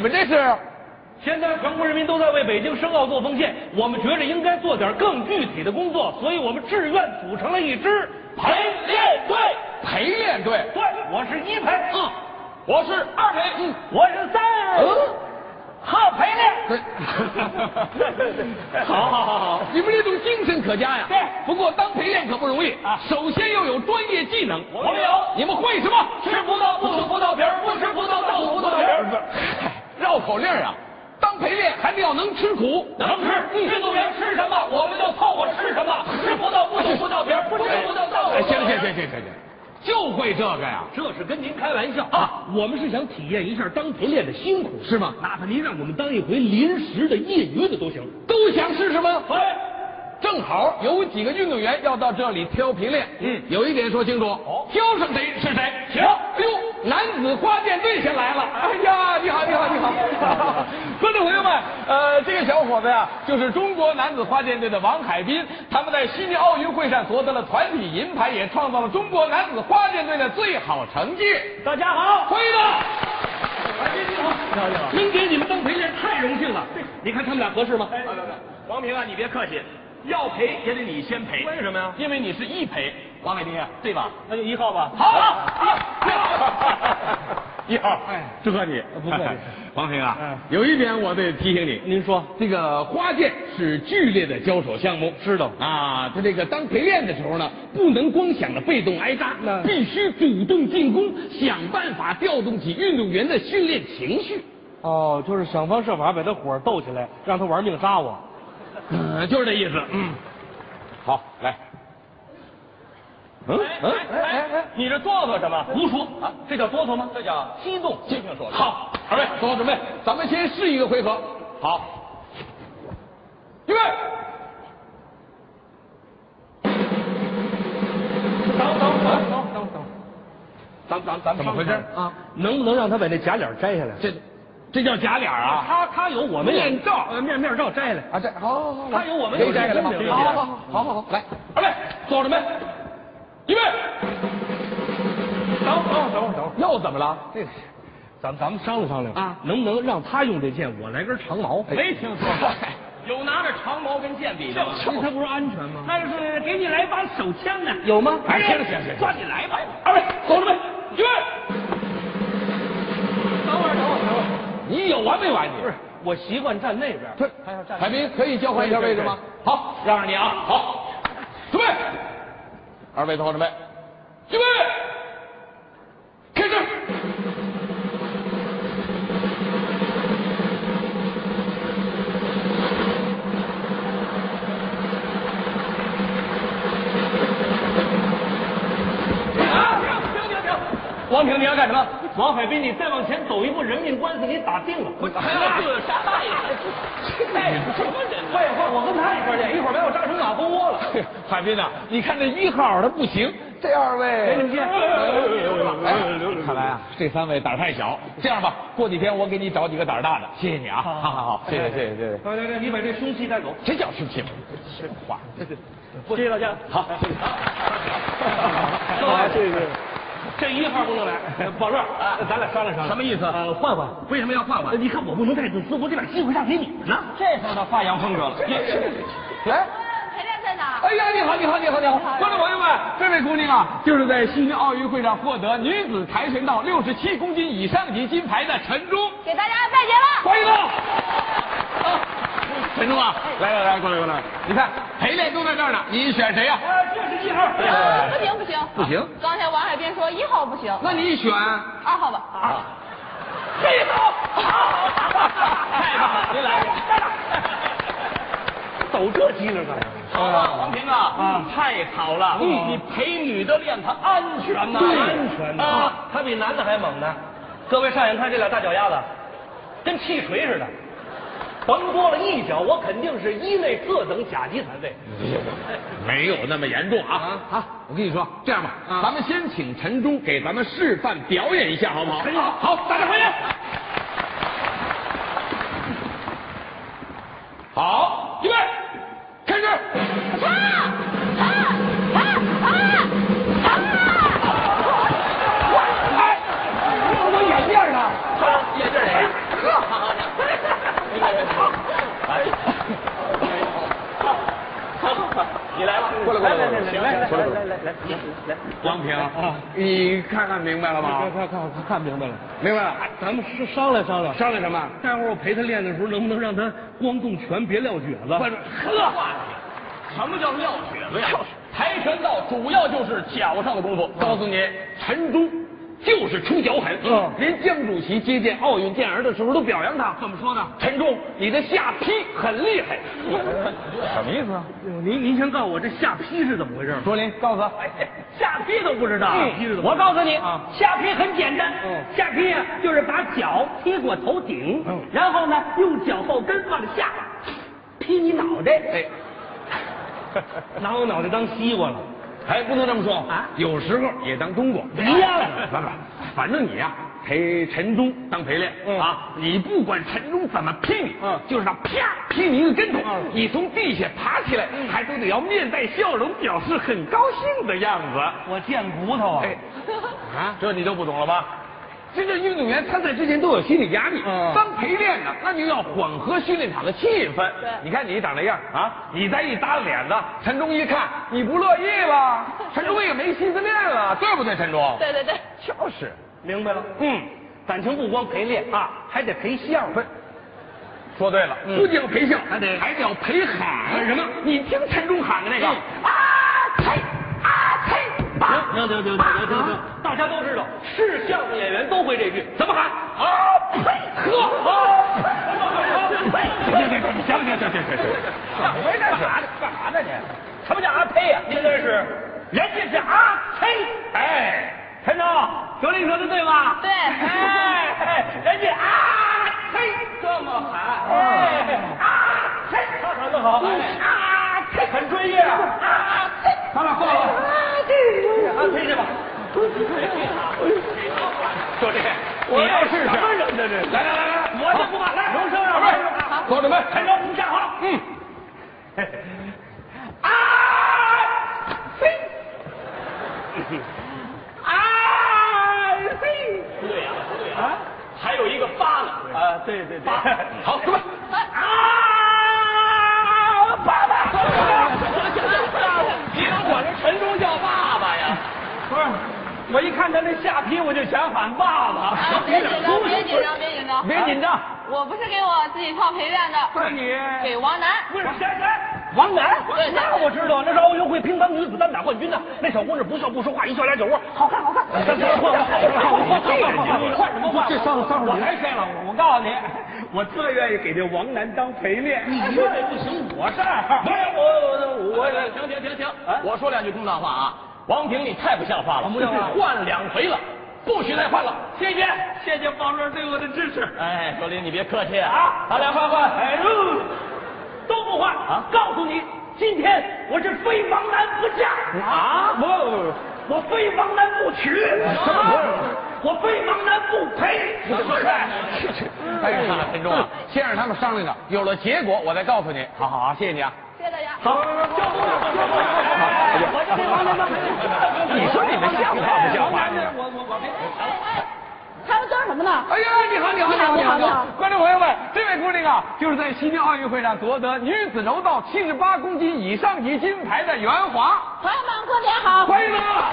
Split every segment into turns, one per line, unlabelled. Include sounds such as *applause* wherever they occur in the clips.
们这是
现在全国人民都在为北京申奥做奉献，我们觉着应该做点更具体的工作，所以我们志愿组成了一支
陪练队，陪练队，
对，我是一陪，
嗯，我是二陪，嗯，
我是三，
嗯，
好陪
对
练。好好好好，
你们这种精神可嘉呀。
对
不过当陪练可不容易
啊
首先要有专业技能。
我们有
你们会什么？
吃葡萄不吐葡萄皮儿，不吃葡萄倒吐葡萄皮儿。
嗨绕口令啊！当陪练还得要能吃苦。嗯
能吃，运动员吃什么，我们就凑合吃什么。吃葡萄不吐葡萄皮儿，不吃葡萄倒
哎
吐。
行行行行。行行，就会这个呀。
这是跟您开玩笑啊！我们是想体验一下当陪练的辛苦，
是吗
哪怕您让我们当一回临时的、业余的都行。
都想试试吗？
哎，
正好有几个运动员要到这里挑陪练。
嗯
有一点说清楚，
哦
挑上谁是谁。
行
哎呦，男子花剑队先来了。哎呀，你好，你好，你
*laughs*
好。观众朋友们，呃，这个小伙子呀、就是中国男子花剑队的王海滨，他们在悉尼奥运会上夺得了团体银牌，也创造了中国男子花剑队的最好成绩。
大家好，
欢迎他。
能给你们当陪练太荣幸了。你看他们俩合适吗？哎，
王平啊，你别客气，要赔也得你先赔。为什么呀？因为你是一赔，王海滨啊，对吧？
那就一号吧。
好，啊 *laughs*
哎
一号，
哎
不客气，
呃不客
*laughs*
气。
王平
嗯
啊，有一点我得提醒你，
您说
这个花剑是剧烈的交手项目，
知道
啊？他这个当陪练的时候呢，不能光想着被动挨扎
那，
必须主动进攻，想办法调动起运动员的训练情绪。
哦，就是想方设法把他火斗起来，让他玩命杀我。
嗯、就是这意思。嗯，
好，来。嗯嗯，哎哎哎，你这哆嗦什么？
胡说啊！
这叫哆嗦吗？这叫激动。激动说
好，二位做好准备，咱们先试一个回合。
好，
预备，
等等等等等等，
咱咱咱怎么回事啊？
能不能让他把那假脸摘下来？
这这叫假脸啊！
他他有我们面罩，呃面面罩摘下来。
啊，这好好好，
他有我们
可以
有
摘下来吗
真的有
好
假
好
脸
好好好好，来，二位做好准备，预备，
等等等会儿等会儿，
又怎么了？
这个咱咱们商量商量
啊
能不能让他用这剑，我来根长矛？
没听说过，哎有拿着长矛跟剑比的吗？
这他不是安全吗？
那是给你来把手枪呢。
有吗？
哎，行了行了行了，
抓紧来吧。
二位，走着呗，预备。
等会儿等会儿等会儿，
你有完没完你？
不是，我习惯站那边。
是
他要站。
海明可以交换一下位置吗？好，让让你啊。好，准备，二位做好准备，预备，开
啊
始。
啊停停停！
王平，你要干什么？
王海滨，你再往前走一步，人命官司给你打定了。我
还要自杀哎呀？哎，什么人呢？
废话，我跟他一块儿练，一会儿把我扎成马蜂窝了。
*laughs* 海滨呐、你看这一号他不行，这二位
给你们见。
看来啊，这三位胆儿太小。这样吧，过几天我给你找几个胆儿大的。谢谢你啊，好好好，谢
哎
谢谢谢谢谢。
来来来，你把这凶器带走。
这叫事情，这话。
谢谢大家。
好，谢谢。
好，谢
*laughs*
谢。这一号不能 *laughs* 来，宝乐，咱俩商量商量。
什么意思
呃，换换。
为什么要换
呃？你看我不能太自私，我得把机会让给你呢。
这时候的发扬风格了。
来。
陪练在哪儿？
哎呀，你好，你好，你好，你好！观众朋友们，这位姑娘啊，就是在悉尼奥运会上获得女子跆拳道六十七公斤以上级金牌的陈忠，
给大家拜年了。
欢迎她！啊陈忠啊，
哎
来来来，过来过来，你看陪练都在这儿呢，你选谁呀、
哎，这是一号。
啊，
哎
不行不行
不行
刚才王海滨说一号不行，
那你 *laughs* 选
二号吧。
啊？
这走。
太棒了，您来。
走这机灵干嗯嘛？
好啊，王平啊，太好了，你陪女的练，她安全呐，
安全呐
啊。
他比男的还猛呢。各位上眼看这俩大脚丫子，跟气锤似的，甭多了一脚，我肯定是一类各等甲级残废。
没有那么严重啊啊！我跟你说，这样吧，
啊
咱们先请陈忠给咱们示范表演一下，好不好？
很好
好，大家欢迎。好，预备，开始。
啊啊
我眼镜呢？
接着来。
来嗯来来来，
王平，你看看明白了吗？看看看看看明白了，明白了。
咱们是商量商量，
商量什么？
待会儿我陪他练的时候，能不能让他光动拳，别撂蹶子？
啊呵，
什么叫撂蹶子呀？
*laughs* 跆拳道主要就是脚上的功夫。告诉你，陈忠就是出脚狠。嗯，连江主席接见奥运健儿的时候都表扬他，
怎么说呢？
陈忠，你的下劈很厉害。
什么意思啊？
您您先告诉我这下劈是怎么回事？
卓林，告诉他，
下劈都不知道
嗯劈是怎么
我
回事
告诉你
啊，
下劈很简单，下劈啊就是把脚踢过头顶，然后呢用脚后跟往下劈你脑袋，哎，拿我脑袋当西瓜了。
还哎不能这么说
啊
有时候也当冬瓜，
一样
不不，反正你呀、陪陈忠当陪练、
嗯
啊，你不管陈忠怎么劈你，
嗯
就是他啪劈你一个跟头，你从地下爬起来，
嗯
还都得要面带笑容，表示很高兴的样子。
我贱骨头啊！ *laughs*
哎，啊，这你就不懂了吧？真正运动员参赛之前都有心理压力，
嗯
当陪练呢，那就要缓和训练场的气氛。
对
你看你长那样啊，你再一耷拉脸子，陈忠一看你不乐意了，陈忠也没心思练了，对不对，陈忠？
对对对，
就是，
明白了，
嗯，
感情不光陪练啊，还得陪笑。
说对了，
嗯
不仅要陪笑，
还得
还得要陪喊什么？你听陈忠喊的那个
嗯
啊呸啊呸吧，
停停停停停停停！大家都知道，是相声演员都会这句，怎么喊？
啊呸呵
行行行行行行行行。
啊呸，怎么回事？
干啥呢你？什么叫阿呸呀、您这是，人家是阿呸。哎，陈总，刘丽说的对吧？
对
哎，人家阿呸这么喊，哎，阿呸，唱唱的好，阿呸很专业啊。阿呸，咱俩挂了。哎阿呸去吧。
兄弟，
哎我要是
什
什
么
么
人
人呢
呢？这
这
是
是
来来来来，
我就不管了
荣生让
好
开，同志们，
陈总，你站好。
嗯，
*laughs* 啊呸！啊呸！
还有一个八呢。
啊，对对对，
好，各位，
啊，爸爸！
你能管着陈忠叫爸爸呀？
不是，我一看他那下劈，我就想喊爸爸。
啊，别紧张，别紧张，别紧张，
别紧张，
我不是给我自己唱陪练的，
是你，
给王楠。
不是谁谁？王楠，
对
那我知道，那是奥运会乒乓女子单打冠军呢。那小姑娘不笑不说话，一笑俩酒窝，好看好看。换换换什么换？这上上我还睡了。我告诉你，我特愿意给这王楠当陪练。你愿意不行，我上。不是我我我
停停停停！我说两句公道话啊，王平你太不像话了，
不像话
换两回了，不许再换了。
谢谢谢谢方叔对我的支持
哎，卓林你别客气啊
啊，
咱俩换换。
哎呦，都不换啊！告诉你，今天我是非王楠不嫁啊！不不不，我非王楠不娶，什么？我非王楠不陪。
哎呀，陈忠啊，先让他们商量着，有了结果我再告诉你。好好好，谢谢你啊。
谢谢大家。
好，我就非王楠当陪。
你说你们像话不像话
王楠我我我没。
哎哎，他们装什么呢？
哎呀，你好，你好，你好，你好，你好！观众朋友们，这位姑娘啊，就是在西京奥运会上夺得女子柔道七十八公斤以上级金牌的袁华，
朋友们，过年好！
欢迎她！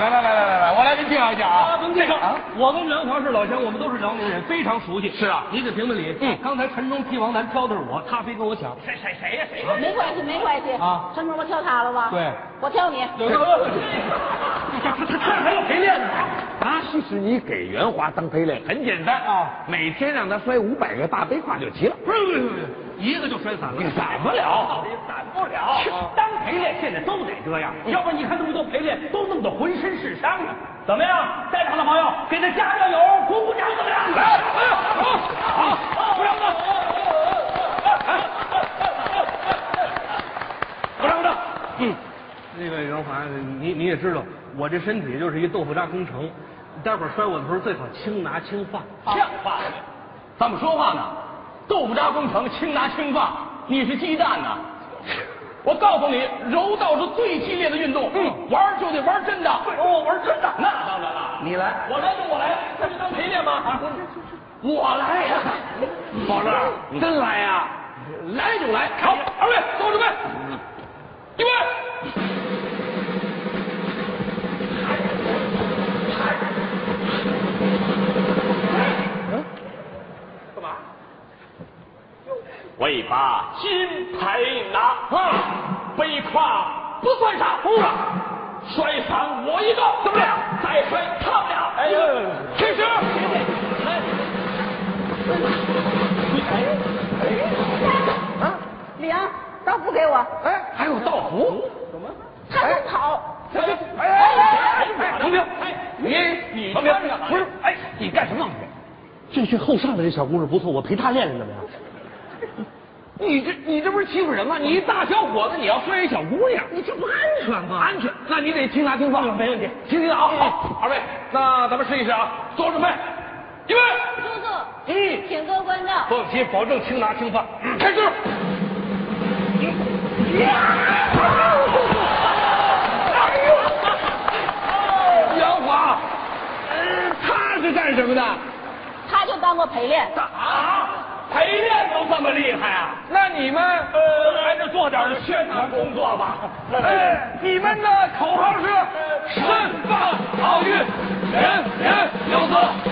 来来来来来来，我来给你介绍一下啊
啊，。甭介绍，我跟梁朝是老乡，我们都是辽宁人，非常熟悉。是啊，你给评评理。嗯，刚才陈忠替王楠挑的是我，他非跟我抢。谁谁谁呀、谁呀、
没关系，没关系
啊
陈总，我挑他了吧？
对，
我挑你。
对对对，他他还要陪练呢。
啊，其实你给袁华当陪练很简单
啊
每天让他摔五百个大背胯就齐了。
不是不是不是，一个就摔散了，
散不了，
散不了。当陪练现在都得这样，要不然你看这么多陪练都弄得浑身是伤啊。怎么样，在场的朋友给他加加油，鼓鼓掌，怎么样？来，好，好，鼓掌吧。鼓掌鼓掌。嗯，那个袁华，你你也知道，我这身体就是一豆腐渣工程，待会儿摔我的时候最好轻拿轻放。
像话吗？怎么说话呢？豆腐渣工程，轻拿轻放。你是鸡蛋呐！我告诉你，柔道是最激烈的运动，嗯，玩儿就得玩儿真的。
哦，我是真的。
那当然了，
你来。
我来就我来，那就当陪练吧。啊，我来呀、
宝乐，真来呀、
来就来。好，二位，走准备，预备。为把金牌拿，啊，背胯不算啥，摔伤我一个，怎么俩？再摔他们俩。哎呀，开始。
啊，领道服给我，
哎，还有道服？
还能跑？
哎哎哎！同志，你你同志不是？哎，你干什么？
这这后上的这小姑娘不错，我陪她练练怎么样？
你这你这不是欺负人吗？你一大小伙子，你要摔一小姑娘，你这不安全吗？安全，那你得听他听话，没问题，听听啊。好，二位，那咱们试一试啊，做好准备，预备，
叔叔，
嗯，
请各位观众，
放心，保证轻拿轻放，
嗯
开始。哎杨华，呃，他是干什么的？
他就当过陪练。
啊，陪练都这么厉害啊？
那你们
呃，还是做点宣传工作吧。呃
哎，你们的口号是“盛放奥运，人人有责”。